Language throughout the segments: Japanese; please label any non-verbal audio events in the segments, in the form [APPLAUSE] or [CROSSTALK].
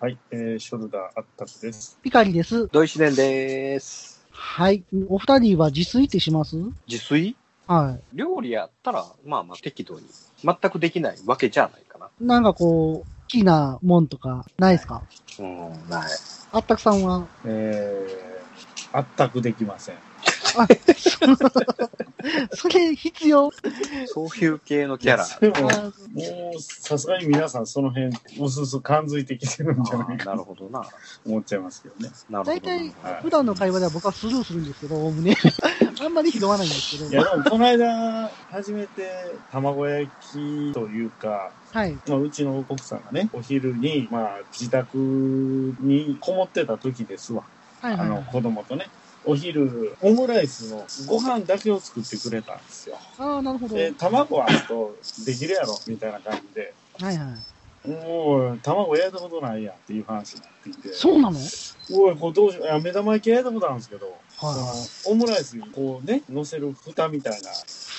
はい、えー、ショルダーあったくです。ピカリです。ドイシネンです。はい。お二人は自炊ってします自炊は料理やったら、まあまあ適度に。全くできないわけじゃないかな。い。なんかこう、好きなもんとかないですかうん、ない。あったくさんは、えー、あったくできません。 [LAUGHS] それ必要そういう系のキャラ。であも、もう、さすがに皆さんその辺、うすうす感づいてきてるんじゃないあかあなるほどな。と思っちゃいますけどね。なるほど。大体は、い普段の会話では僕はスルーするんですけど、おおむね。 [LAUGHS] あんまり拾わないんですけいど。や、でもこの間、初めて卵焼きというか、はい。まあ、うちの奥さんがね、お昼に、まあ、自宅にこもってた時ですわ。はいあはいはの、い。子供とね。お昼、オムライスのご飯だけを作ってくれたんですよ。ああ、なるほど。はで、い卵はあるとできるやろ、みたいな感じで。はい。もう、卵焼いたことないやんっていう話になってきて。そうなのおい、これどうしよう。いや、目玉焼き焼いたことあるんですけど、はそのオムライスにこうね、乗せる蓋みたいな、ふ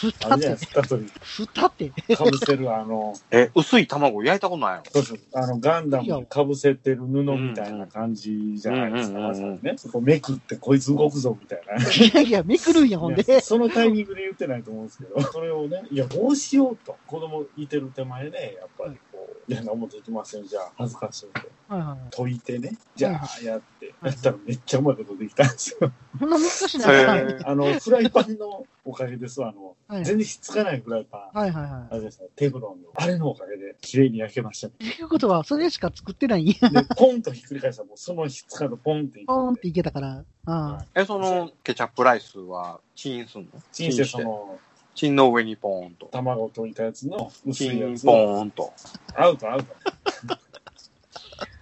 あたっるじゃなてい、ですか、蓋というふたって。か、かぶせるあの、え、薄い卵焼いたことないのそうそう、あの、ガンダムにかぶせてる布みたいな感じじゃないですか、うんうんまさにね。こうめくってこいつ動くぞみたいな。いやいや、めくるんや、ほんねで。そのタイミングで言ってないと思うんですけど、 [LAUGHS] それをね、いや、どうしようと。子供いてる手前ね、やっぱりこう、いや、何もできません、じゃあ、恥ずかしいんで。はいはい。解いてね、じゃあやって、はいやったらめっちゃうまいことできたんですよ。そんな難しいな。へはいえはいあの、フライパンのおかげですわ、あの、は全い然ひっつかないフライパン。はいはあれですね、テフロンの、あれのおかげで、綺麗に焼けましたね、い。ということは、それしか作ってないんや。で、ポンとひっくり返したら、もうそのひっつかのポンっていポーンっっていけたから。ああ。え、そのケチャップライスはチンすんのチンして、そ。の、チンの上にポーンと。卵を溶いたやつの、薄チいやンつの、ポーンと。アウトアウト。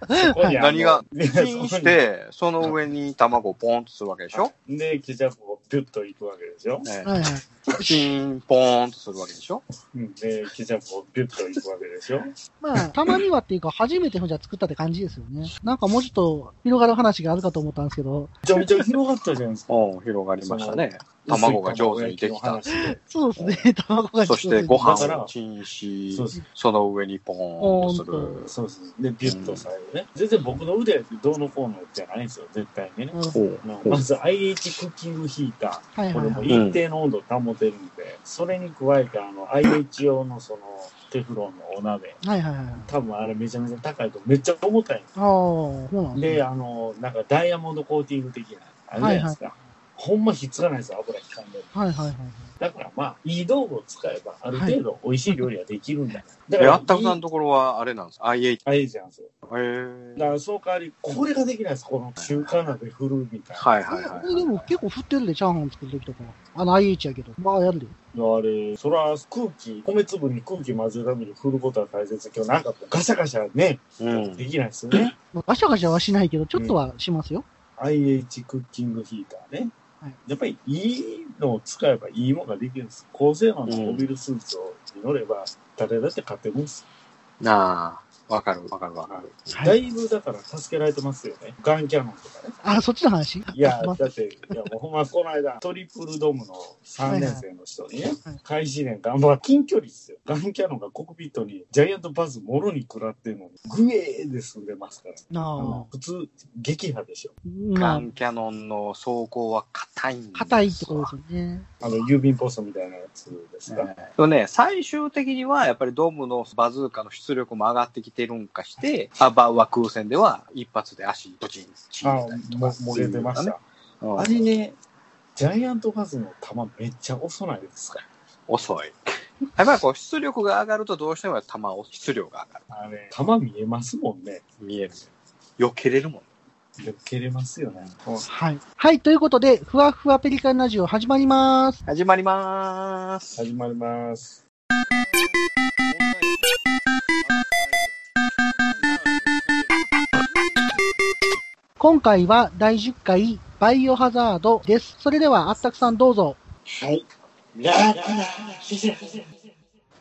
そこにあの何が、いやそこチにンして、その上に卵をポーンとするわけでしょで、ケチャップをピュッといくわけですよ。ねはいはい。チンポーンとするわけでしょうんで、ケチャップをピュッといくわけですよ。まあ、たまにはっていうか、初めてほんじゃ作ったって感じですよ [LAUGHS] ね。なんかもうちょっと広がる話があるかと思ったんですけど、めちゃめちゃ広が [LAUGHS] ったじゃないですか。うん、広がりましたね。卵が上手にできた。そうです [LAUGHS] ね、卵がそしてごだから飯をチンしそう、です。その上にポーンとする。そうです。で、ビュッと最後ね。全然僕の腕どうのこうのじゃないんですよ、絶対にね。うんほうあのほうまず IH クッキングヒータはー。いこはいれはもい。一定の温度を保てるんで、それに加えて、あの、IH 用のその、テフロンのお鍋。はいはいはい。多分あれめちゃめちゃ高いとめっちゃ重たいんですよああ、そうなんで、だ。あの、なんかダイヤモンドコーティング的な、あれじゃないですか。ほんまひっつかないですよ、油引かんでも。はいはいはい。だからまあ、いい道具を使えば、ある程度美味しい料理はできるんだ。だかえ、ら、あったくさんいいのところはあれなんです。IH。あれじゃんすよ。へーだから、その代わり、これができないです。この中華鍋振るみたいな。はいこはいれはこれでも結構振ってるで、チャーハン作るときとか。あの IH やけど。まあやるで。あれ、そら空気、米粒に空気混ぜるために振ることは大切だけど、なんかこうガシャガシャね、い。うん。できないですよね。まあガシャガシャはしないけど、ちょっとはしますよ。 IH クッキングヒーターねはい。やっぱりいいのを使えばいいものができるんです。高性能のモビルスーツを乗れば、誰だって勝てるんです。なあ、わかるわかるわかる。はいだいぶだから助けられてますよね。ガンキャノンとかね。あ、そっちの話いやあま、だって、いや、もうほんまこの間、トリプルドームの3年生の人にねはいはい、開始年頑張っ近距離ですよ。ガンキャノンがコックピットにジャイアントバズもろに食らってるのに、グエーで進んでますから。なああの。普通、撃破でしょ。まガあ、ンキャノンの走行は硬いんです硬いってことですよね。あの、郵便ポストみたいなやつですか。でもね、最終的にはやっぱりドームのバズーカの出力も上がってきてるんかして、アバウア空戦では一発で足ブチン、チンあしたり、ともか。漏れてました。うんあれね、ジャイアントバズの球めっちゃ遅ないですか遅い。やっぱりこう出力が上がるとどうしても球を質量が上がる。あれ、球見えますもんね。見える。よけれるもん。でも蹴れますよね。はい。はい、ということで、ふわふわペリカンラジオ始まります。始まりまーす。始まります。今回は第10回、バイオハザードです。それでは、あったくさんどうぞ。はい。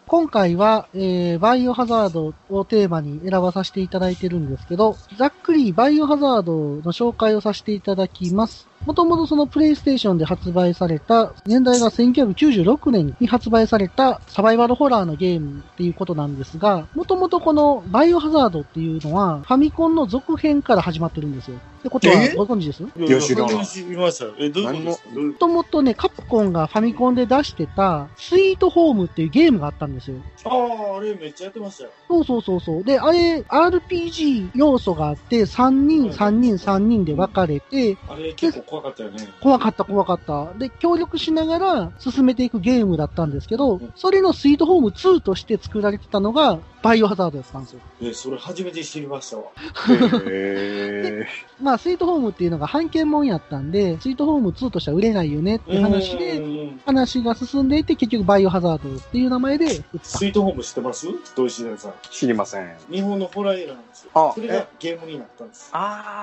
今回は、えー、バイオハザードをテーマに選ばさせていただいてるんですけど、ざっくりバイオハザードの紹介をさせていただきます。もともとそのプレイステーションで発売された、年代が1996年に発売されたサバイバルホラーのゲームっていうことなんですが、もともとこのバイオハザードっていうのは、ファミコンの続編から始まってるんですよ。ってことはえご存知ですもいやいや吉野初めて見ましたよ。え、どういうことですかどういうともとね、カプコンがファミコンで出してた、スイートホームっていうゲームがあったんですよ。ああ、あれめっちゃやってましたよ。そうそうそうそう。で、あれ、RPG 要素があって、3は人、い3人、3人で分かれて、あれ結構怖かったよね。怖かった怖かった。で、協力しながら進めていくゲームだったんですけどん、それのスイートホーム2として作られてたのが、バイオハザードだったんですよ。え、それ初めて知りましたわ。へまあ、スイートホームっていうのが半券もんやったんで、スイートホーム2としては売れないよねって話うで、んうんうん話が進んでいって、結局バイオハザードっていう名前で売った。スイートホーム知ってます土井シデさん。知りません。日本のホラー映画なんですよ。あそれがゲームになったんです。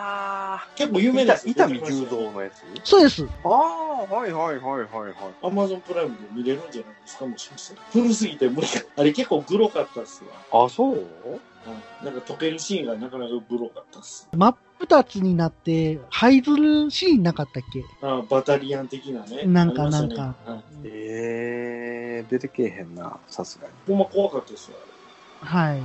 あ結構ー有名なんですよ。伊丹十三のやつそうです。ああ、はいはいはいはいはい。アマゾンプライムで見れるんじゃないですか、もしかして。古すぎて無理か。あれ結構グロかったっすわ。あ、そうはいなんか溶けるシーンがなかなかグロかったっす。真っ二つになって、灰ずるシーンなかったっけあバタリアン的なね。なんかありましたねなんはいええー、出てけえへんな、さすがに。ほんま怖かったですよ、はい。あ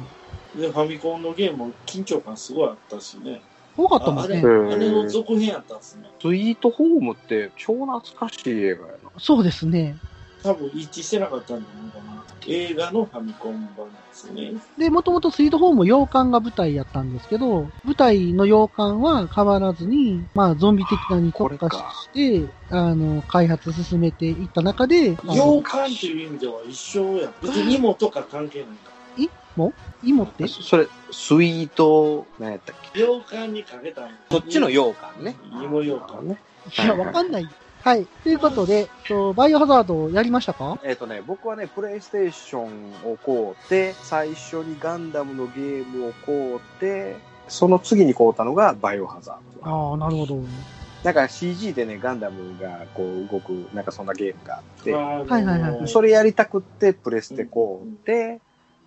れで、ファミコンのゲームも緊張感すごいあったしね。多かったあもあんれ、ねあ。れの続編やったんですね。スイートホームって超懐かしい映画やな。そうですね。多分一致してなかったんじゃないかな。映画のファミコン版なんですよね。で、もともとスイートホーム洋館が舞台やったんですけど、舞台の洋館は変わらずに、まあ、ゾンビ的なに特化して、あの、開発進めていった中で、あの洋館という意味では一緒やん。別に芋とか関係ない。芋ってそそれ、スイート、何やったっけ洋館にかけたんやこっちの羊羹ね。芋羊羹ね。いや、わかんない。はい。ということで、そうバイオハザードやりましたかえっ、とね、僕はね、プレイステーションを買うて、最初にガンダムのゲームを買うて、その次に買うたのがバイオハザード。ああ、なるほど。なんか CG でね、ガンダムがこう動く、なんかそんなゲームがあって、あのーはいはいはいそれやりたくって、プレステこうて、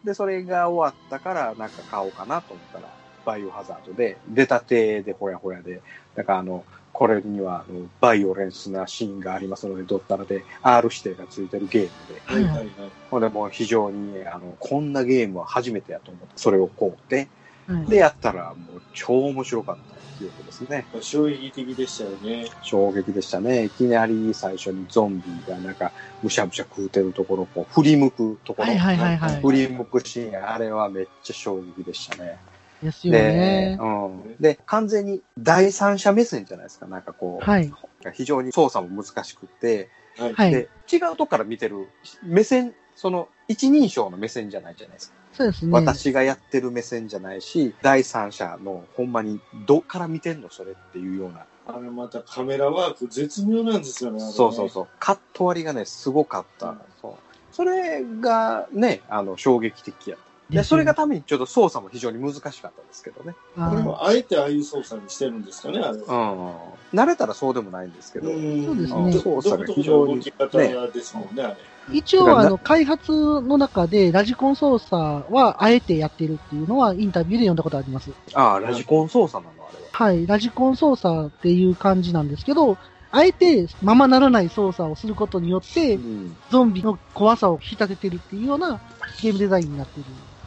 で、それが終わったから、なんか買おうかなと思ったら、バイオハザードで、出たてでほやほやで、なんかあの、これにはあのバイオレンスなシーンがありますので、ドッタラで R 指定がついてるゲームで、はいはいはい。ほんでもう非常に、あの、こんなゲームは初めてやと思って、それをこうて、はいで、やったらもう超面白かった記憶ですね。衝撃的でしたよね。衝撃でしたね。いきなり最初にゾンビがなんか、むしゃむしゃ食うてるところ、こう、振り向くところ。はいはいはいはい振り向くシーン、あれはめっちゃ衝撃でしたね。ですよでね、。うん。で、完全に第三者目線じゃないですか。なんかこう、はい。非常に操作も難しくて、はい。はい。で、違うとこから見てる目線、その一人称の目線じゃないじゃないですか。そうですね。私がやってる目線じゃないし、第三者のほんまにどっから見てんのそれっていうようなあれまたカメラワーク絶妙なんですよね。あれねそうそうそう。カット割りがね、すごかった。うんそう。それがね、あの、衝撃的やった。ですよで、それがためにちょっと操作も非常に難しかったですけどね。あこれーもあえてああいう操作にしてるんですかね、あれうは。ん。慣れたらそうでもないんですけど。んそうですねうん独操作が特な非常動にき方ね。ですもんね、あれ。一応、あの、開発の中で、ラジコン操作は、あえてやってるっていうのは、インタビューで読んだことあります。ああ、ラジコン操作なの、あれはは。い、ラジコン操作っていう感じなんですけど、あえて、ままならない操作をすることによってう、ん。ゾンビの怖さを引き立ててるっていうようなゲームデザインになってる。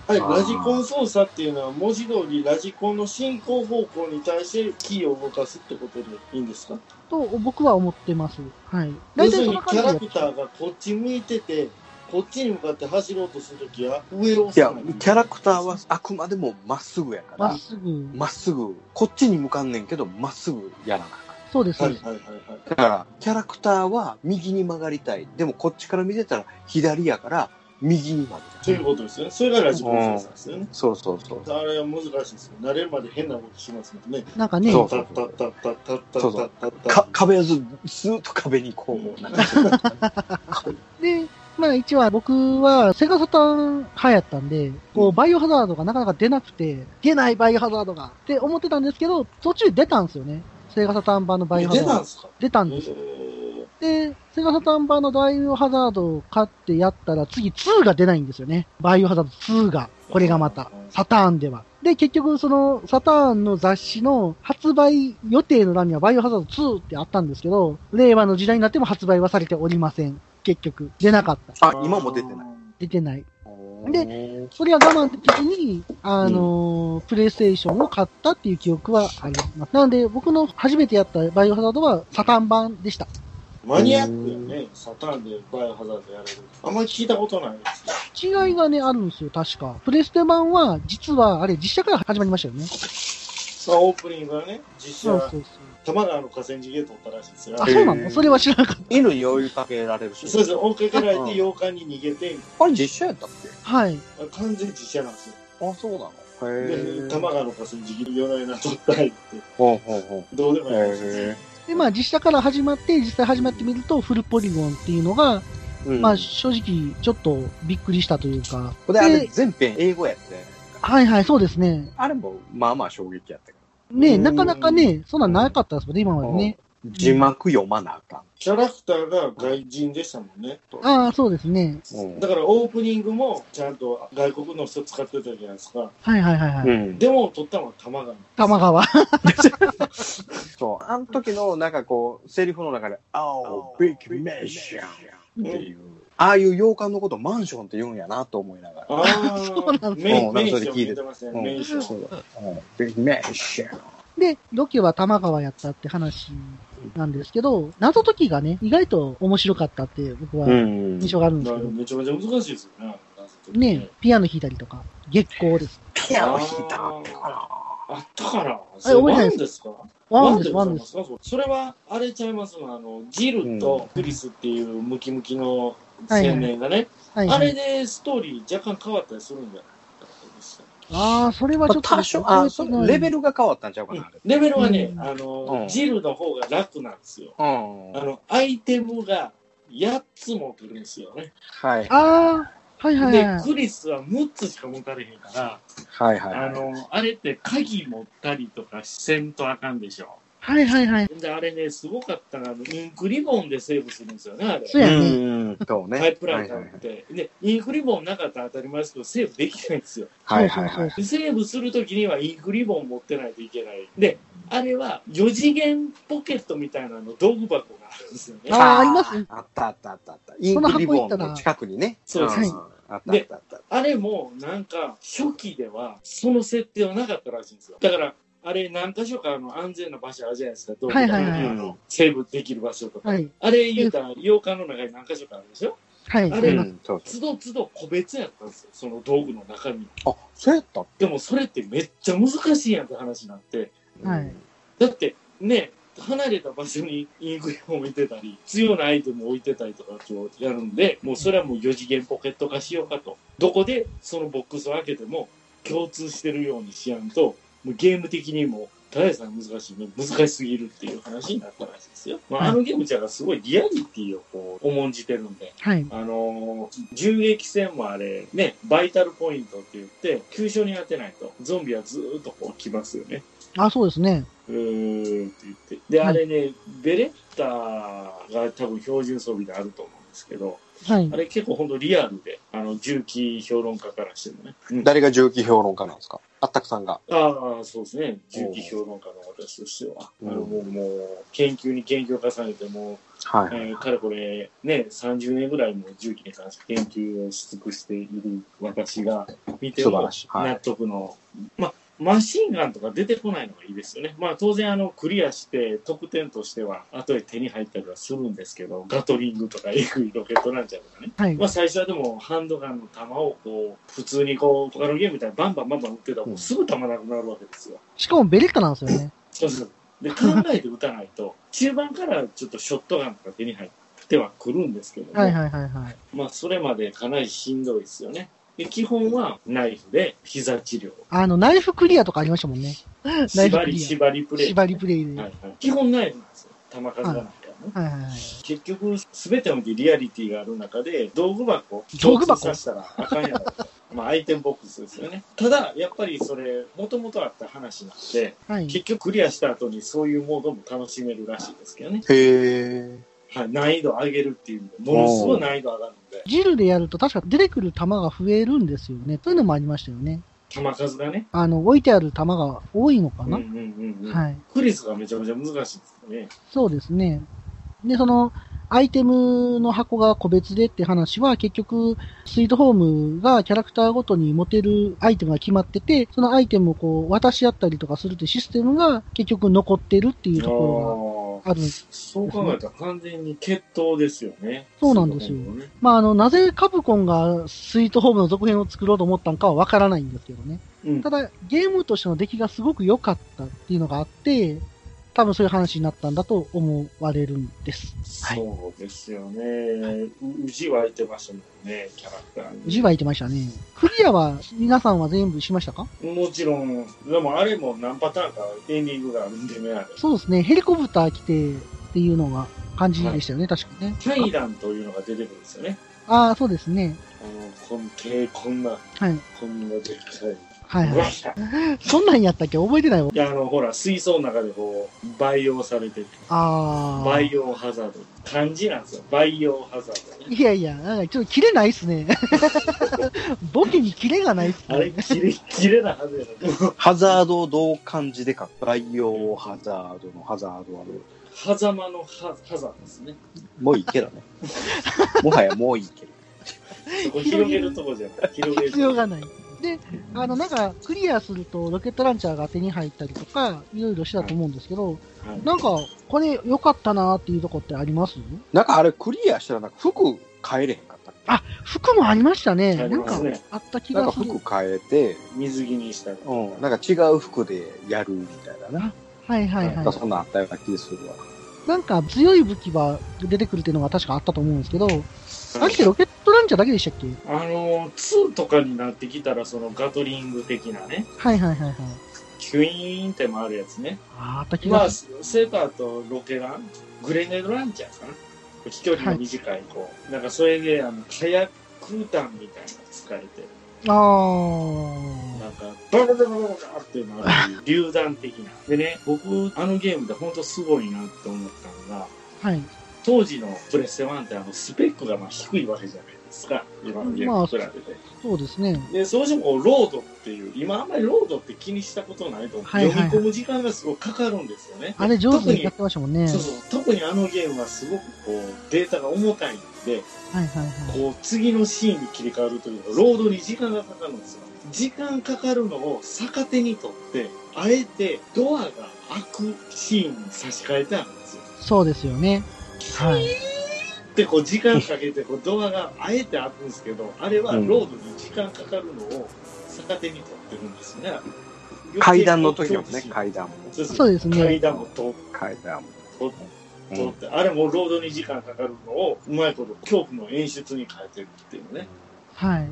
はい、あーラジコン操作っていうのは文字通りラジコンの進行方向に対してキーを動かすってことでいいんですかと、僕は思ってます。はい。要大す体るそにんキな感じャでやラクってターがこっち向いてて、こっちに向かって走ろうとするときは上をい押やさない、キャラクターはあくまでもまっすぐやかまらっ、すぐ。まっすぐ、こっちに向かんねんけど、まっすぐやらなあかん。そうです。はいそうですはいはいはい。だから、キャラクターは右に曲がりたい。でもこっちから見てたら左やから、右に曲げたいということですよね。それがラジコン操作ですよね。そうそうそう。あれは難しいですよ。慣れるまで変なことしますもんね。なんかね、そうタッタッタッタッタッタッタッタッタッか壁をずずーっと壁にこう、なんかで、まあ一応僕はセガサターン派やったんで、こううバイオハザードがなかなか出なくて、出ないバイオハザードがって思ってたんですけど、途中出たんですよね。セガサターン版のバイオハザ出ーたんド。すか出たんえです。ーで、セガサターン版のバイオハザードを買ってやったら、次2が出ないんですよね。バイオハザード2が。これがまた。。サターンでは。で、結局、その、サターンの雑誌の発売予定の欄にはバイオハザード2ってあったんですけど、令和の時代になっても発売はされておりません。結局、出なかった。あ、今も出てない。出てない。で、それは我慢的に、あのープレイステーションを買ったっていう記憶はあります。なので、僕の初めてやったバイオハザードはサタン版でした。マニアックやね。サターンでバイオハザードやれる。あんまり聞いたことないですね。違いがね、あるんですよ、確か。プレステ版は、実は、あれ、実写から始まりましたよね。さあ、オープニングはね、実そう写そう、多そう。摩川の河川敷で撮ったらしいですよ。あ、へーそうなのそれは知らなかっ犬酔いかけられるし。そうです追っかけられて8日に逃げて、あれ実写やったっけた。はい。完全実写なんですよ。あ、そうなので、多へえ。摩川の河川敷夜な夜な撮ったりって、ほうほうほう。どうでもいいですへで、まあ、実写から始まって、実際始まってみると、フルポリゴンっていうのが、え。うんまあ、正直、ちょっとびっくりしたというか。これあれ全編英語やってないですか。はいはい、そうですね。あれも、まあまあ衝撃やったけねうんなかなかね、そんなんなかったですもんね、今までど。ね。うん字幕読まなあかキャラクターが外人でしたもんね。ん。ああ、そうですね。うんだからオープニングもちゃんと外国の人使ってたじゃないですか。はいはいはいはい。うん。で、でも撮ったのは多摩川。玉川。 [LAUGHS] そう。あの時の、なんかこう、セリフの中で、Oh, big mansion っていう、ああいう洋館のことマンションって言うんやなと思いながら。あそうなあん、メイうンんメインなんかそれション聞いて見てましたうね。んメインション。そうだ。うん。big mansion。で、ロケは玉川やったって話なんですけど、謎解きがね、意外と面白かったって僕はうん印象があるんですだかけど、らめちゃめちゃ難しいですよね。ね、ピアノ弾いたりとか、月光です。ピアノ弾いたってかあったから、あれ覚えてワないンですかワンです、ワンです。すかそれそれは、あれちゃいますのあの、ジルうとんクリスっていうムキムキの青年がね、はい、あはれい。でストーリー若干変わったりするんじゃないかとですねああ、それはな。ちょまあっと覚えてな多い、少、あ、それレベルが変わったんちゃうかな、あれ。レベルはね、うんあの、うんジルの方が楽なんですよ。うん。あの、アイテムが8つ持ってるんですよね。はい。ああ、はいはいでは、い。クリスは6つしか持たれへんから、はいはいはい。あの、あれって鍵持ったりとかせんとあかんでしょ。はいはいはい。で、あれね、すごかったのが、インクリボンでセーブするんですよね、あれ。そうやね。うん、そうね。タイプライタはいーって。で、インクリボンなかったら当たり前ですけど、セーブできないんですよ。はいはいそうそはうい。でセーブするときにはインクリボン持ってないといけない。で、あれは4次元ポケットみたいなの道具箱があるんですよね。あーありますあったあったあったあった。インクリボンの近くにね。その箱行ったらんあったあったあった。あれもなんか初期ではその設定はなかったらしいんですよ。だからあれ何箇所かあの安全な場所あるじゃないですか。どうはいはいはいあのセーブできる場所とか。はい。あれ言うたら洋館の中に何箇所かあるでしょ。はい。ああれれうん、そうそつどつど個別やったんですよ。その道具の中身。う。あ、そうやったでもそれってめっちゃ難しいやんって話になって。はい。だってね、離れた場所にインクリを置いてたり、必要なアイテムを置いてたりとかっていうのをやるんで、もうそれはもう4次元ポケット化しようかと。どこでそのボックスを開けても共通してるようにしやんと、もうゲーム的にも、ただでさえ難しいの、難しすぎるっていう話になったらしいですよ。まあ、あのゲームちゃんがすごいリアリティをこう、重んじてるんで、はい。あのー銃撃戦もあれ、ね、バイタルポイントって言って、急所に当てないと、ゾンビはずーっとこう来ますよね。あ、そうですね。うーんって言って。で、はいあれね、ベレッタが多分標準装備であると思うんですけど、はいあ。れ結構ほんとリアルで、あの、重機評論家からしてもね。誰が重機評論家なんですかあったくさんが。ああ、そうですね。重機評論家の私としては。あうんのもう、もう、研究に研究を重ねて、もう、はえー、かれこれ、ね、30年ぐらいも重機に関して研究をし尽くしている私が見て素晴もらしいはい納得の、まあマシンガンとか出てこないのがいいですよね。まあ当然あのクリアして得点としては後で手に入ったりはするんですけど、ガトリングとか [LAUGHS] エグいロケットランチャーとかね。はいま。あ最初はでもハンドガンの弾をこう普通にこう他のゲームみたいにバンバンバンバン撃ってたらもうすぐ弾なくなるわけですよ。しかもベレッタなんですよね。そうそう。で、考えて打たないと、中盤からちょっとショットガンとか手に入ってはくるんですけども、はいはいはいはい。まあ、それまでかなりしんどいですよね。で基本はナイフで膝治療、あの、ナイフクリアとかありましたもんね。ナ縛イフクり、リア。縛りプレイ。縛りプレイで。ははいいはい基本ナイフなんですよ。球数がないからね。はいはい。結局、すべてのリアリティがある中で、道具箱、道具箱共通させたらあかんやろ。まあ、アイテムボックスですよね。ただ、やっぱりそれ、もともとあった話なんで、はい。結局クリアした後にそういうモードも楽しめるらしいですけどね。へえ。はい、難易度上げるっていうのでものすごい難易度上がるんで。ジルでやると確か出てくる弾が増えるんですよね。というのもありましたよね。弾数がね。あの、置いてある弾が多いのうかんうな、んうんうん。はい。クリスがめちゃめちゃ難しいですね。そうですね。で、その、アイテムの箱が個別でって話は、結局、スイートホームがキャラクターごとに持てるアイテムが決まってて、そのアイテムをこう、渡し合ったりとかするってシステムが結局残ってるっていうところがある。そう考えたら完全に決闘ですよね。そうなんですよねまあ、あの、なぜカプコンがスイートホームの続編を作ろうと思ったのかはわからないんですけどね。うんた。だ、ゲームとしての出来がすごく良かったっていうのがあって、多分そういう話になったんだと思われるんです。はい。そうですよね。ううじ湧いてましたもんね、キャラクターに。字は言ってましたね。クリアは皆さんは全部しましたかもちろん、でもあれも何パターンかエンディングがあるんでね、あれ。そうですね。ヘリコプター来てっていうのが感じでしたよね、確かにね。タイランというのが出てくるんですよね。ああ、そうですね。あの、こんけこんな、はい。こんなでっかい。はいうわはっい。そんなんやったっけ覚えてないわ。いや、あの、ほら、水槽の中でこう、培養されてる。ああ。培養ハザード。漢字なんですよ。培養ハザードね。いやいや、なんかちょっとキレないっすね。 [LAUGHS] ボケにキレがないっすあれ、ね。キレ、キレなはずやな。ハザードをどう漢字で書く培養ハザードのハザードは狭間のハハザードですね。もういいけど [LAUGHS] ね。もはやもういいけど。そこ広げるとこじゃない。広げる。必要がない。で、あの、なんか、クリアするとロケットランチャーが手に入ったりとか、いろいろしてたと思うんですけど、はいなんか、これ良かったなーっていうとこってありますなんかあれクリアしたらなんか服変えれへんかったっあ、服もありましたね。あなりんまかすね、あったけ気なんがかする服。変えて、水着にしたり。うん、なんか違う服でやるみたいなな。はいはいはいなんか。そんなんあったような気するわ。なんか強い武器が出てくるっていうのが確かあったと思うんですけど、あれってロケットランチャーだけでしたっけあの、2とかになってきたら、そのガトリング的なね、はいはいはいはい。キュイーンって回るやつね。あーあった気まあ、がすセーターとロケラン、グレネードランチャーかな。飛距離の短い子。なんかそれで、あの、火薬弾みたいなの使えて、る。あーなんか、バラバラバラバラってなる、榴弾的な。でね、僕、あのゲームで本当すごいなって思ったのが、はい。当時のプレステ1ってあのスペックがまあ低いわけじゃないですか。今のゲームと比べて。そうですね。で、そうしてもロードっていう、今あんまりロードって気にしたことないと思う。はいはいはい読み込む時間がすごくかかるんですよね。あれ上手にやってましたもんね。そうそう。特にあのゲームはすごくこう、データが重たいんで、はいはいはい。こう、次のシーンに切り替わるというか、ロードに時間がかかるんですよ。時間かかるのを逆手にとって、あえてドアが開くシーンに差し替えてあるんですよ。そうですよね。はい。でこう時間かけてこうドアがあえて開くんですけどあれはロードに時間かかるのを逆手に取ってるんですね階段の時も階ね、階段も。そうそそううです階ね。段を取階段も。取う取っんて、あれもロードに時間かかるのをうまいこと恐怖の演出に変えてるっていうねはい。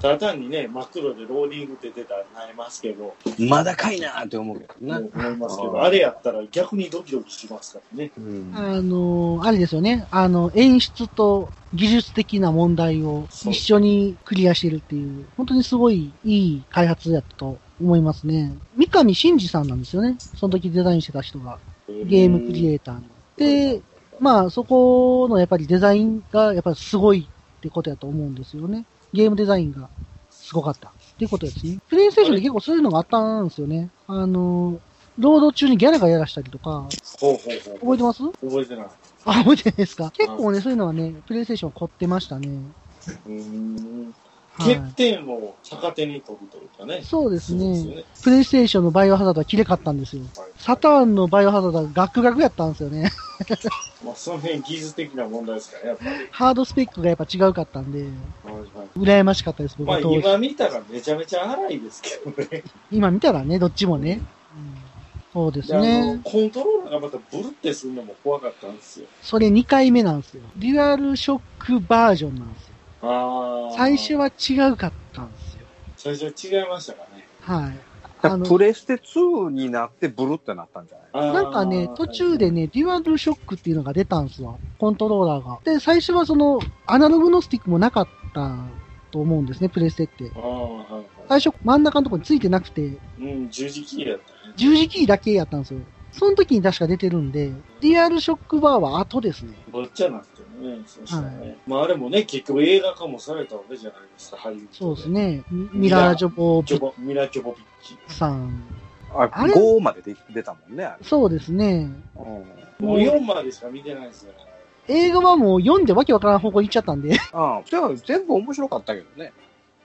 ただ単にね真っ黒でローディングって出たら萎えますけどまだかいなーって思うけど思な。いますけあどーあれやったら逆にドキドキしますからねうんあのーあれですよね。あの、演出と技術的な問題を一緒にクリアしてるっていう、本当にすごいいい開発やったと思いますね。三上真司さんなんですよね。その時デザインしてた人が。ゲームクリエイターの。で、まあそこのやっぱりデザインがやっぱりすごいってことやと思うんですよね。ゲームデザインがすごかったっていうことですね。プレイステーションで結構そういうのがあったんですよね。あのー、ロード中にギャラがやらしたりとか、ほうほうほ覚えてますう覚えてないあ、覚えてないですか [LAUGHS] 結構ね、そういうのはね、プレイステーション凝ってましたね。うーんは欠い。点を逆手に取るというかねそうですそうね。プレイステーションのバイオハザードはきれかったんですよ。はいサターンのバイオハザードはガクガクやったんですよ [LAUGHS] ね。まあ、その辺技術的な問題ですから、やっぱり。ハードスペックがやっぱ違うかったんで、羨ましかったです、僕まあ、は当時。今見たらめちゃめちゃ荒いですけどね。今見たらね、どっちもね。うんそうですであのね。コントローラーがまたブルってするのも怖かったんですよ。それ2回目なんですよ。デュアルショックバージョンなんですよ。あー最初。は違うかったんですよ。最初は違いましたかね。はい。だかあらのプレステ2になってブルってなったんじゃないあーなんかね、途中で。ね、デュアルショックっていうのが出たんすわ。コントローラーが。で、最初はその、アナログのスティックもなかったと思うんですね、プレステってあ。ーはいは最初、真ん中のところについてなくて、い。うん、十字キーだったね。十字キーだけやったんですよ。その時に確か出てるんで、デュアルショックバーは後ですね。ぼっちゃなくてね。ね、そうしたね。まあ、あれもね、結局映画化もされたわけじゃないですか、ハリウッドそうです。ね。ミミラージョボジョビボミラ・ジョボビッチ。さん。ああれ5までで出たもんね、あれ。そうですね。うん。もう4までしか見てないですよね。映画はもう読んでわけわからん方向行っちゃったんで。 [LAUGHS] あでも全部面白かったけどね。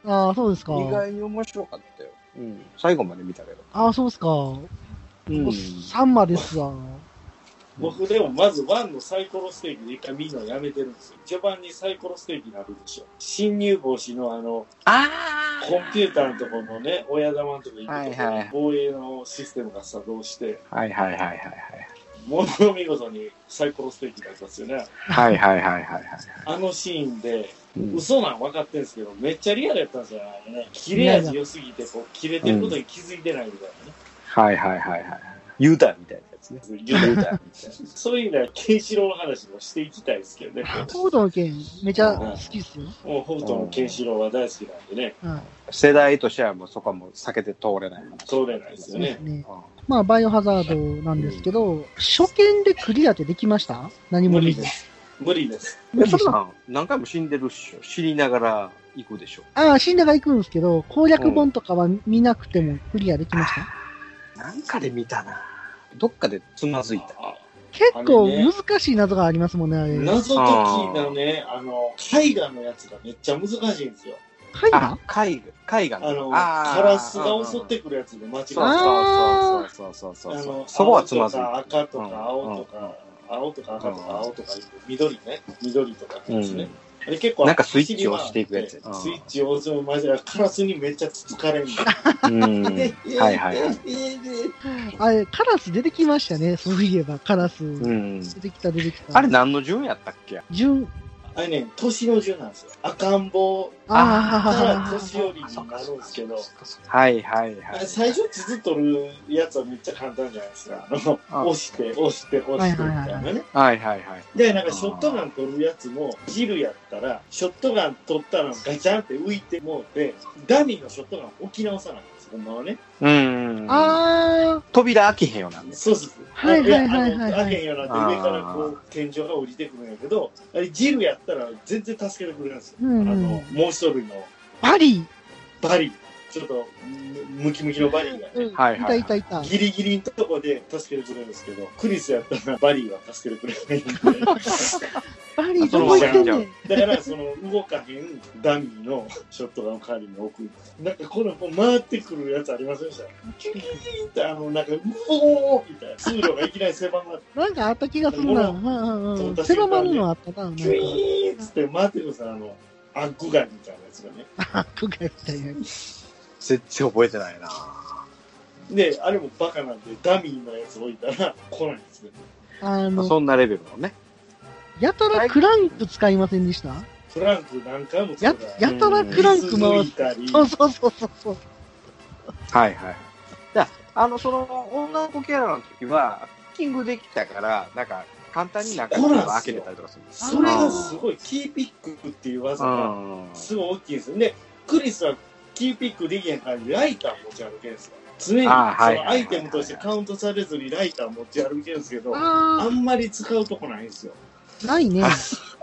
ああ、そうですか。意外に面白かったよ。うん。最後まで見たけど。ああ、そうですか。うん。 3までですわ。僕でもまず1のサイコロステーキで一回見るのやめてるんですよ。序盤にサイコロステーキになるでしょ。侵入防止のあの、あコンピューターのところのね、親玉のとこ行くとこ、はいはい防衛のシステムが作動して、はいはいはいはいもの見事にサイコロステーキになりますよね。はい。はいはいはいはいはい。あのシーンで、うん嘘なん分かってるんですけど、めっちゃリアルやったんですよね。あれね切れ味良すぎて、こう、切れてることに気づいてないみたいなね。はいはいはいはい。ユータみたいなやつね。言うてたみたいな。そういう意味では、ケンシロウの話もしていきたいですけど [LAUGHS] ね。コードの件、めちゃ好きっすよ。もう北斗のケンシロウは大好きなんでね、はい。世代としてはもうそこはもう避けて通れない話。通れないですそようですね。ね。うんまあ、バイオハザードなんですけど、初見でクリアってできました何も無見理ずで。す。無理です。え、そんなん何回も死んでるっしょ。死にながら行くでしょ。ああ、死んだが行くんですけど、攻略本とかは見なくてもクリアできました。なんかで見たな。どっかでつまずいた。あ結構あれね難しい謎がありますもんね、あれ。絵謎解きのね、あの、絵画のやつがめっちゃ難しいんですよ。画あ、絵画、絵画あの、あーカラスが襲ってくるやつで間違えそうた。あそうそうそうそうあそうのそこはつまずい青た。とか赤とうんか青とか、青とか赤とうんか青とか、緑ね、緑とかですね。あれ結構、なんかスイッチを押していくや走つり回ってスイッチを押すのマジで、カラスにめっちゃつつかれんの。うん。はでいはいはい。あれ、カラス出てきましたね、そういえば、カラス。うん。出てきた、出てきた。あれ何の順やったっけ順、あれね、年の順なんですよ。赤ん坊からああ、年寄りになるんですけど、 [LAUGHS] はいはいはあいれ。最初地図取るやつはめっちゃ簡単じゃないですか。あの、あ押して、押して、押してみたいなはいはいね。はいはいはい。で、なんかショットガン取るやつも、ジルやったら、ショットガン取ったらガチャンって浮いてもうて、ダミーのショットガンを置き直さないんですよ、ほんまはね。うん。あ扉開けへんようなんです。そうそうそう。はいはいはいはいはいあの開けへんようになって上からこう、天井が降りてくるんやけど、あれジルやったら全然助けてくれるんですよ。うんうんあの、もう一人のあ、バリバリー、ちょっとむムキムキのバリーがね。ー。はいいはたいいたいた。ギリギリのとこで助けてくれるんですけど、クリスやったらバリーは助けてくれないんで、バリー、どこ行ってんねん。だからその動かへんダミーのショットガンを代わりに置く。なんかこのこう回ってくるやつありませんでしたキュキュキュキュってあの、なんか、うおーみたいな、通路がいきなり狭まって、なんかあった気がするな。うんうんうん。狭まるのあったな。なんかキュイーンっつって回ってくるさ、あの、アッグガンみたいなやつがね。あっこがみたいな。全然覚えてないな。で、あれもバカなんで、ダミーのやつ置いたら来ないんですよ。あの、そんなレベルのね。やたらクランク使いませんでしたクランク何回も使やうから、やたらクランク回水抜いす。たり、そうそうそうそうそう。はいはい。じゃあ、あの、その女の子キャラの時は、キッキングできたから、なんか、簡単になんかそうなんですよ開けれたりとかするんですそれがすごい、キーピックっていう技うがん。すごい大きいんですよ。で、クリスはキーピックできへんから、ライター持ち歩けるんですよ。常にそあーはいのアイテムとしてカウントされずにライター持ち歩けるんですけど、ああんまり使うとこないんですよ。あ、ないね。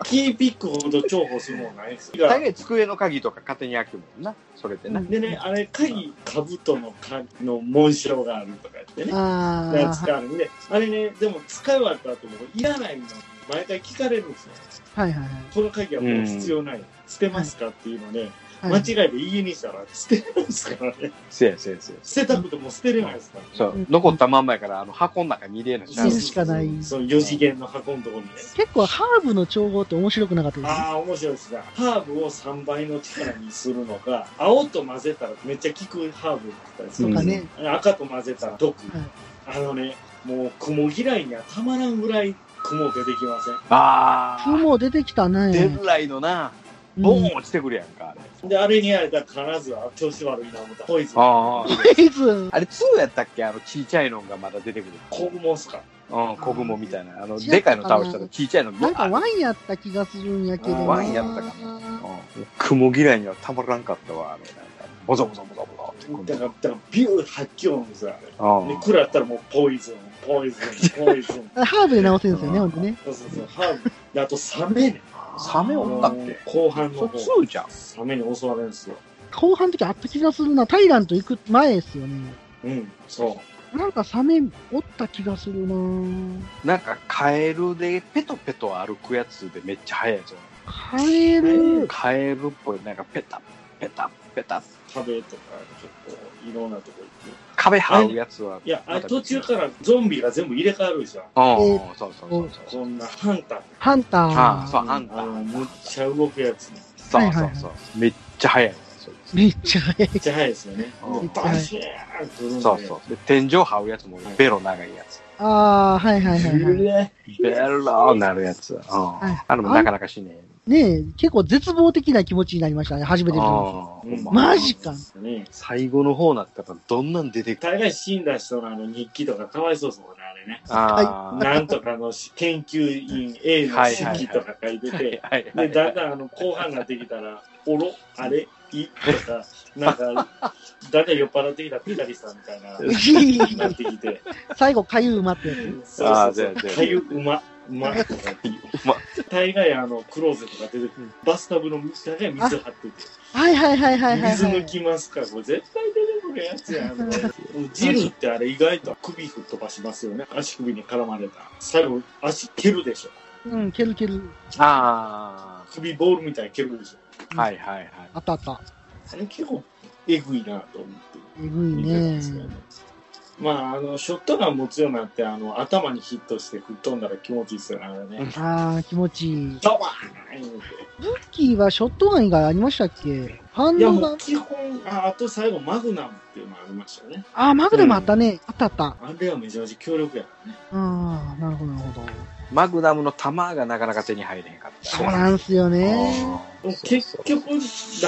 キーピックほど重宝するものないんですよ。大概机の鍵とか勝手に開くもんな。それでな。でね、あれ、鍵、兜のかの紋章があるとか言ってね、あやつがあるんで、あれね、でも使い終わった後もいらないの、毎回聞かれるんですよ。あ、はいはいこの鍵はもう必要ない、捨てますかっていうので、はい。間違えて家にしたら捨てるんですからね、せやせやせや。捨てたくても捨てれないですから、ね。そう、残ったまんまやから、あの、箱の中に入れるのし入れるしかないその4次元の箱のところにね。結構ハーブの調合って面白くなかったですね。ああ、面白いですね。ハーブを3倍の力にするのか、青と混ぜたらめっちゃ効くハーブだったりすとる、かね。赤と混ぜたら毒。はいあのね、もう雲嫌いにはたまらんぐらい雲出てきません。あ風あ、も出てきたね。デブライのな、ボーン落ちてくるやんか、あれ。で、あれにやれたら必ずあ調子悪いな思った。ポイズン。ああ。うん。いつあれ、2やったっけあの、ちいちゃいのがまだ出てくる。コグモスか。うん、小雲みたいな。あの、違ったかなでかいの倒したら、ちいちゃいのなブんかワーッワンやった気がするんやけどな。ワンやったかなうん雲嫌いにはたまらんかったわ、あれ。なんかボゾボゾボゾボゾ。今だ度から、だからビュー発狂音さ。あで、あ食らったらもうポイズン、ポイズン、ポイズン。ハーブで直せるんですよね、ほんとね。そうそうそう、ハーブ。であと、サメね。サメおったっけ後半そのれ方。 2じゃんサメに襲われるんですよ。後半の時あった気がするな。タイランと行く前ですよね。うん、そう。なんかサメおった気がするなぁなんかカエルでペトペト歩くやつでめっちゃ速いぞカエル、カエルっぽいなんかペタペタペタ壁とか、結構、いろんなとこ行って。壁這うやつはいや、あまれた途中からゾンビが全部入れ替わるじゃん。ああえそうそうそうそうこんなハンター。ハンタああー。そうハンタあのーむっちゃ動くやつ。そうはいはいそはういそうめっちゃ速いそいつめっちゃ早い。めっちゃ速いですよねうん。バシーンと来るんで。そうそうで天井這うやつもベロ長いやつああ、はいはいはい、はい。ベロなるやつうんいあれもなかなかしねえねえ、結構絶望的な気持ちになりましたね、初めて見あたあ時。ほうんんまマジかね最後の方なったらどんなん出てくる大概死んだ人のあの日記とかかわいそうですもんね、あれね。 [LAUGHS] ああなんとかのし研究員 A の指揮とか書いてて、はいはで、いだんだんあの後半になってきたら、おろ、あれ、いとか、なんか、だんだん酔っ払ってきたピカリさんみたいな、なってきて、 [LAUGHS] 最後、かゆうまってやつ。そうあそーうそう、じゃあじゃあかゆうま、うまとか、うま大概あの、クローゼットが出てくる、バスタブの大概水張ってて、はいはいはいはいはい、水は抜い。きますから、これ絶対出てくるやつやん。これジルってあれ意外と首吹っ飛ばしますよね。足首に絡まれた。最後、足蹴るでしょ。うん、蹴る蹴る。あ首ボールみたいに蹴るでしょ。あはいはいはいあったあった。あれ結構えぐいなと思ってえぐい見てねま。すけどまあ、あの、ショットガン持つようになって、あの、頭にヒットして吹っ飛んだら気持ちいいっすよね、あれね。ああ、気持ちいい。ドバーン言うてブッキーはショットガン以外ありましたっけハンいや、ドもガうン。基本、ああと最後、マグナムっていうのありましたね。ああ、マグナムあったね。あったあった。ああれはめちゃめちゃ強力やからね。あー、なるほどなるほど。マグナムの弾がなかなか手に入れへんかった。そうなんすよね。あーでも結局、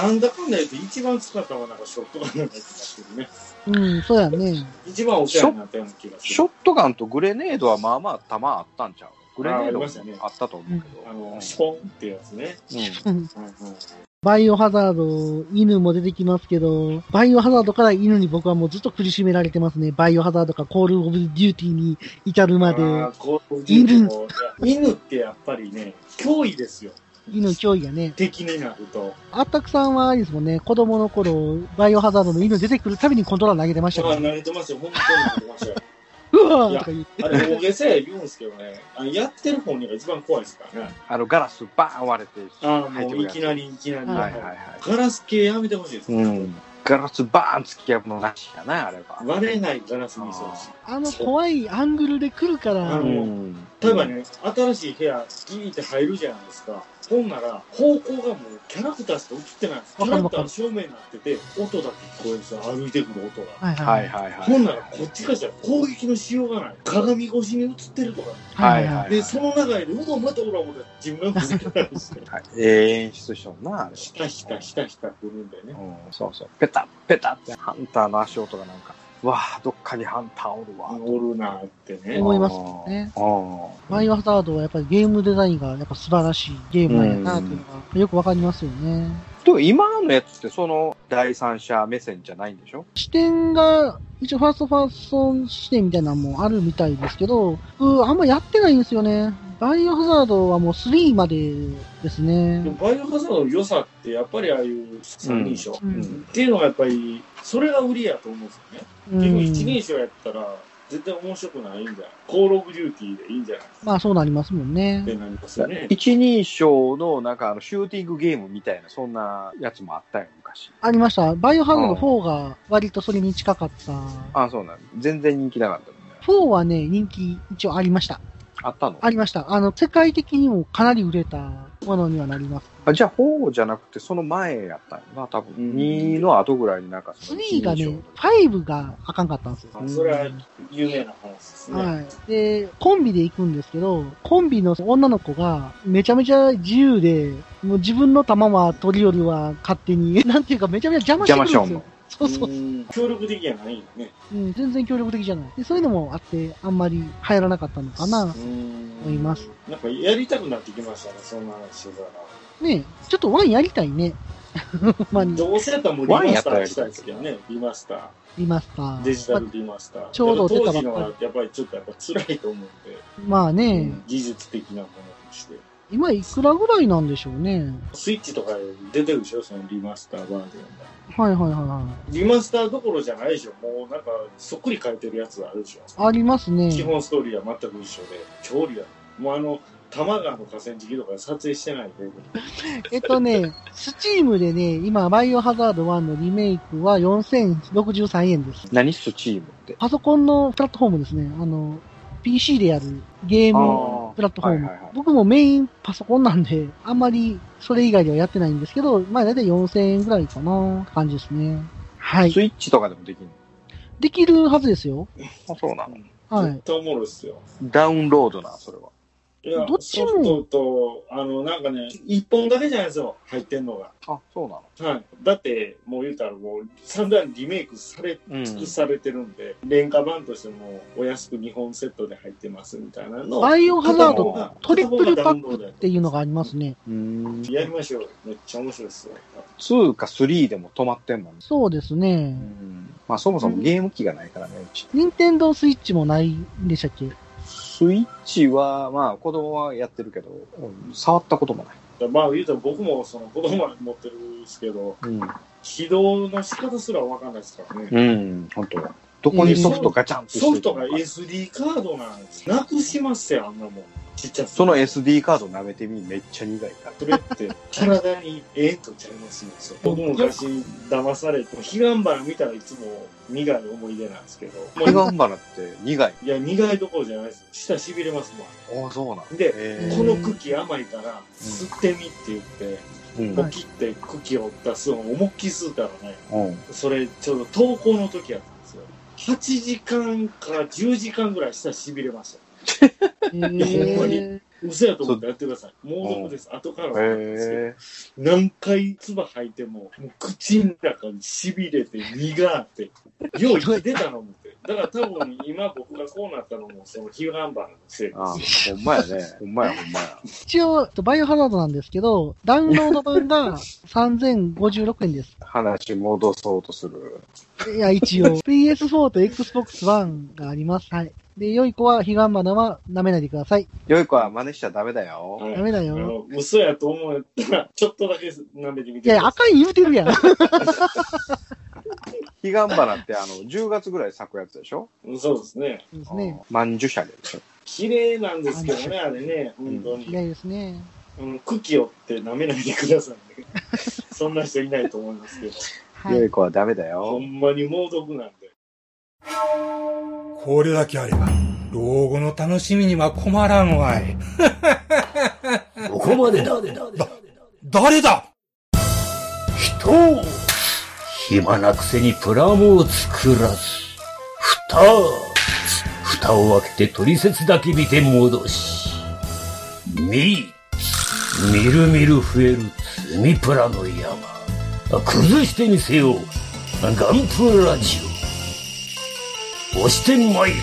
なんだかんだ言うと一番使ったのはなんかショットガンなんだけどね。うん、そうやね。一番お世話になったような気がする。ショットガンとグレネードはまあまあ弾あったんちゃうグレネーあドーありましたねもあったと思うけど。あうの、んシポンってやつね。うんはいはいバイオハザード、犬も出てきますけど、バイオハザードから犬に僕はもうずっと苦しめられてますね。バイオハザードからコールオブデューティーに至るまで、あーこう犬もいや犬ってやっぱりね、脅威ですよ。犬脅威がね。敵になると。あったくさんはあれですもんね、子供の頃、バイオハザードの犬出てくるたびにコントローラー投げてましたまかあ、ら、慣れてますよ。本当に慣れてますよ。うわーとか言って。あれ、大げさや言うんですけどね。あやってる方にが一番怖いですからね。あのガラスバーン割れてああ、入もうってくるいやつきな。り、いきなり。はいはいはい。ガラス系やめてほしいです。うん。ガラスバーン突き破るのなしかな、あれは。割れないガラスにしてほしい。あの怖いアングルで来るから、あうのん。例えばね、新しい部屋、ギリって入るじゃないですか。ほんなら、方向がもうキャラクターしか映ってないんです。キわャかラるクわターかるの正面になってて、音だけ聞こえるんですよ。歩いてくる音が。はいははいいはいはい。ほんならこっちからしたら攻撃のしようがない。鏡越しに映ってるとか。はいはいで、その中で、うわ、またおらおら、自分が見つけたりして。はい。ええ演出しとんな、あれ。ひたひたひたひた来るんだよね。うん、そうそう。ペタッペタって、ハンターの足音がなんか、わあ、どっかにハンターおるわ。おるなーってね。思いますもんねあー。バイオハザードはやっぱりゲームデザインがやっぱ素晴らしいゲームなんやなっていうのがよくわかりますよね。でも今のやつってその第三者目線じゃないんでしょ視点が、一応ファーストファースト視点みたいなのもあるみたいですけど、僕あんまやってないんですよね。バイオハザードはもう3までですでもね。バイオハザードの良さって、やっぱりああいう三人称。ううんっていうのがやっぱり、それが売りやと思うんですよね。う結局一ん人称やったら、絶対面白くないんじゃないコールオブデューティーでいいんじゃないっまあそうなりますもんね。てなりますよね。一人称のなんかあのシューティングゲームみたいなそんなやつもあったよ昔。ありました。バイオハザード4が割とそれに近かった。あ、そうなん全然人気なかったもんね。 4はね、人気一応ありました。あったのありました。あの、世界的にもかなり売れたものにはなります。あじゃあ4じゃなくてその前やったんやな、多分。うん2の後ぐらいになんかその一3が人ね称の、 5があかんかったんですよ。あそれは有名な話ですね。はい。で、コンビで行くんですけど、コンビの女の子がめちゃめちゃ自由で、もう自分の玉は取りよりは勝手に、 [LAUGHS] なんていうかめちゃめちゃ邪魔してく邪る魔んしよでうすよ。。そうそもうう。ん協力的やないよね。うん、全然協力的じゃない。でそういうのもあって、あんまり流行らなかったのかな。思思います。なんかやりたくなってきましたね、そんな話してたら。ねえちょっとワンやりたいね。 [LAUGHS] まあ、どうせやったらもうリマスターしたいですけどね、リマスタリマスター、ー。デジタルリマスター。ちょうど出やったばぱっ当時のはかりやっぱりちょっとやっぱ辛いと思うんで、まあね、技術的なものとして。今いくらぐらいなんでしょうね。スイッチとかで出てるでしょ、そのリマスターバージョンが。はいはいはいはリマスターどころじゃないでしょ、もうなんかそっくり変えてるやつあるでしょ。い。ありますね。基本ストーリーは全く一緒で、調理は、もうあの、玉川の河川敷とか撮影してないで、えっとね、スチームでね、今、バイオハザード1のリメイクは4063円です。何スチームって。パソコンのプラットフォームですね。あの、PC でやるゲームプラットフォーム。はいはいはい僕もメインパソコンなんで、あんまりそれ以外ではやってないんですけど、まあだいたい4000円ぐらいかなって感じですね。はあーい。スイッチとかでもできるできるはずですよ。のあ、そうなのは絶い。対おもろいっすよ。ダウンロードな、それは。いやどっちもソフトと、あの、なんかね、一本だけじゃないですよ、入ってんのが。あ、そうなのはい。だって、もう言うたらもう、散々リメイクされ、うん尽くされてるんで、廉価版としても、お安く2本セットで入ってますみたいなの。バイオハザード片方がトリプル片方がパダウンロッードクやっとていうのがありますね。うん。やりましょう。めっちゃ面白いっすよ。 2か3でも止まってんもんね。そうですねう。ん。まあそもそもゲーム機がないからね、うち。任天堂スイッチもないんでしたっ [LAUGHS] けスイッチは、まあ子供はやってるけど、うん触ったこともない。まあ言うたら僕もその子供は持ってるんですけど、うん。起動の仕方すらわかんないですからね。うん、本当どこにソフトガチャンってしてるソフトがのか SD カードなんですなくしますよ、あんなもん。ちっちゃくてその SD カード舐めてみ、めっちゃ苦いから。それって体にええとちゃいますよ。そう僕も昔騙されて、ヒガンバラ見たらいつも苦い思い出なんですけど、ヒガンバナって苦い。いや、苦いどころじゃないですよ。舌しびれますもああ、そうなのん。で、えーこの茎甘いから、吸ってみって言って、うん。ポキって茎を出すのを思いっきり吸うからね、うん。それちょうど投稿の時やったんですよ。8時間から10時間ぐらい舌しびれました。えやほんまーに、嘘やと思ってやってください。猛毒です。後からはなんですけど。へえ。何回唾吐いても、もう口の中に痺れて苦って、よう生きてたの思って。だから多分今僕がこうなったのも、そのヒューハンバーのせいでああす。、ほんまやね。ほんまや、ほんまや。一応、バイオハザードなんですけど、ダウンロード版が3056円です。 [LAUGHS] 話戻そうとする。いや、一応。PS4 と Xbox One があります。はい。で、良い子は、ヒガンバナは舐めないでください。良い子は真似しちゃダメだよ。はいダメだあよ。の嘘やと思ったら、 [LAUGHS] ちょっとだけ舐めてみいてや、あかん言うてるやん。ヒガンバナってあの、10月ぐらい咲くやつでしょうんそうですね。そうですね。まんじゅしゃでしょ綺麗なんですけどね、あれね、本当いに。やですね。うん、茎をって舐めないでくださいね。 [LAUGHS] そんな人いないと思いますけど。は良い。い子はダメだほよ。んまに猛毒なんで。これだけあれば、老後の楽しみには困らんわい。 [LAUGHS] ここまでだ。誰だ人を暇なくせにプラモを作らず。蓋を蓋を開けて取説だけ見て戻し。み、みるみる増える積みプラの山。崩してみせよう。ガンプラジオ。押してまいる。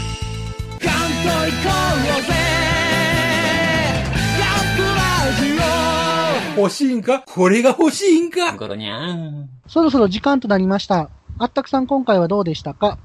欲しいんかこれが欲しいんかゴロニャン。そろそろ時間となりました。あったくさん今回はどうでしたか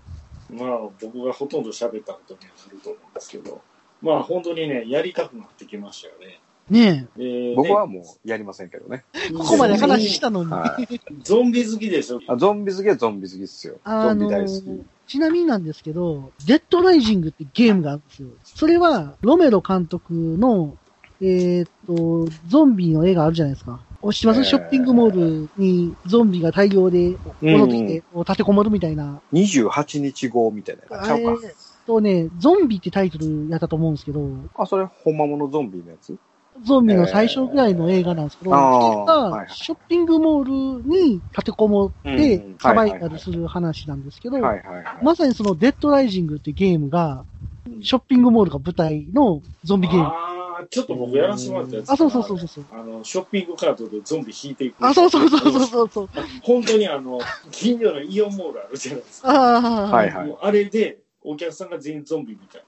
まあ僕がほとんど喋ったことになると思うんですけど、まあ本当にね、やりたくなってきましたよね。ねえー僕はもうやりませんけどね。え。ここまで話したのに。はい。ゾンビゾンビ好きでしょ。あゾンビ好きはゾンビ好きっすよ。ゾあンビの大好 [LAUGHS] き。ちなみになんですけど、デッドライジングってゲームがあるんですよ。それは、ロメロ監督の、えーっと、ゾンビの絵があるじゃないですか。お知ってます、えーショッピングモールにゾンビが大量で戻ってきて、こう立てこもるみたいな。 28日号みたいなやつちあゃれうか。とね、ゾンビってタイトルやったと思うんですけど、あ、それ、ほんまものゾンビのやつゾンビの最初ぐらいの映画なんですけど、えーあーそれがはいはいショッピングモールに立てこもっうてんうんサバイはいバはいはルいする話なんですけど、はいはいはい。まさにそのデッドライジングっていうゲームが、ショッピングモールが舞台のゾンビゲーム。ああ、ちょっと僕やらせてもらったやつ。あ、そうそうそうそう。そう。あの、ショッピングカートでゾンビ引いていく。あ、そうそうそうそうそうそう。本当にあの、近所のイオンモールあるじゃないですか。ああ、はいはいもうあれで、お客さんが全員ゾンビみたい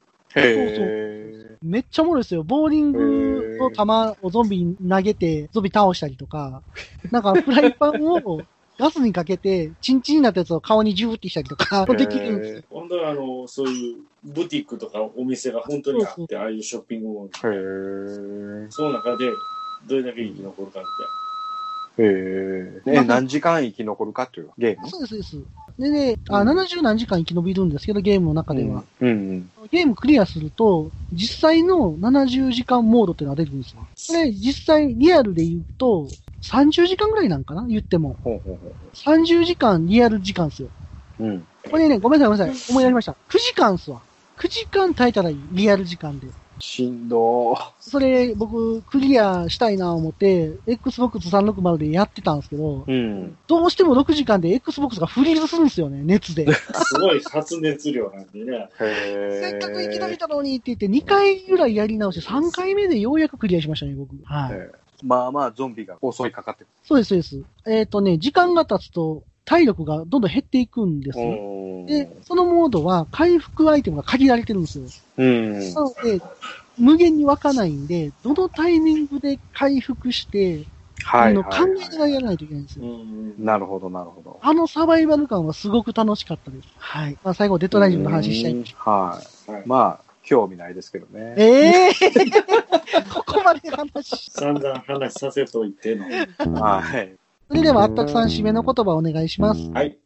へえ。めっちゃおもろいですよ。ボーリングの弾をゾンビに投げて、ゾンビ倒したりとか、なんかフライパンをガスにかけて、チンチンになったやつを顔にジューってしたりとか、できるんですよ。本当にあの、そういうブティックとかお店が本当にあって、ああいうショッピングモール。へえ。その中で、どれだけ生き残るかっへえ。ね、何時間生き残るかっていうゲーム。そうです、そうです。でね、あ70何時間生き延びるんですけど、ゲームの中では。うん。うん。ゲームクリアすると、実際の70時間モードっていうのが出てくるんですよ。これ、実際リアルで言うと、30時間ぐらいなんかな言っても。ほうほうほ30時間リアル時間ですよ。う。うん。これね、ごめんなさい、ごめんなさい。思い出しました。9時間っすわ。9時間耐えたらいい。リアル時間で。しんどー。それ、僕、クリアしたいな思って、Xbox 360でやってたんですけど、うん。どうしても6時間で Xbox がフリーズするんですよね、熱で。て。すごい発熱量なんでね。へえ。せっかく生き延びたのにって言って、2回ぐらいやり直して、3回目でようやくクリアしましたね、僕。はい。ええまあまあ、ゾンビが襲いかかってくそうです、そうです。えっ、とね、時間が経つと、体力がどんどん減っていくんですね。でる。、そのモードは回復アイテムが限られてるんですよ。うん。なので、無限に湧かないんで、どのタイミングで回復して、はい。あのはい考えながらやらないといけないんですうよ。ん。なるほど、なるほど。あのサバイバル感はすごく楽しかったです。はい。まあ、最後、デッドライジングの話したいうん。はい。はいまあ、興味ないですけどね。ええ [LAUGHS] ここまで話し。散々話させといての。はい。それでは、あったくさん、締めの言葉お願いします。はい。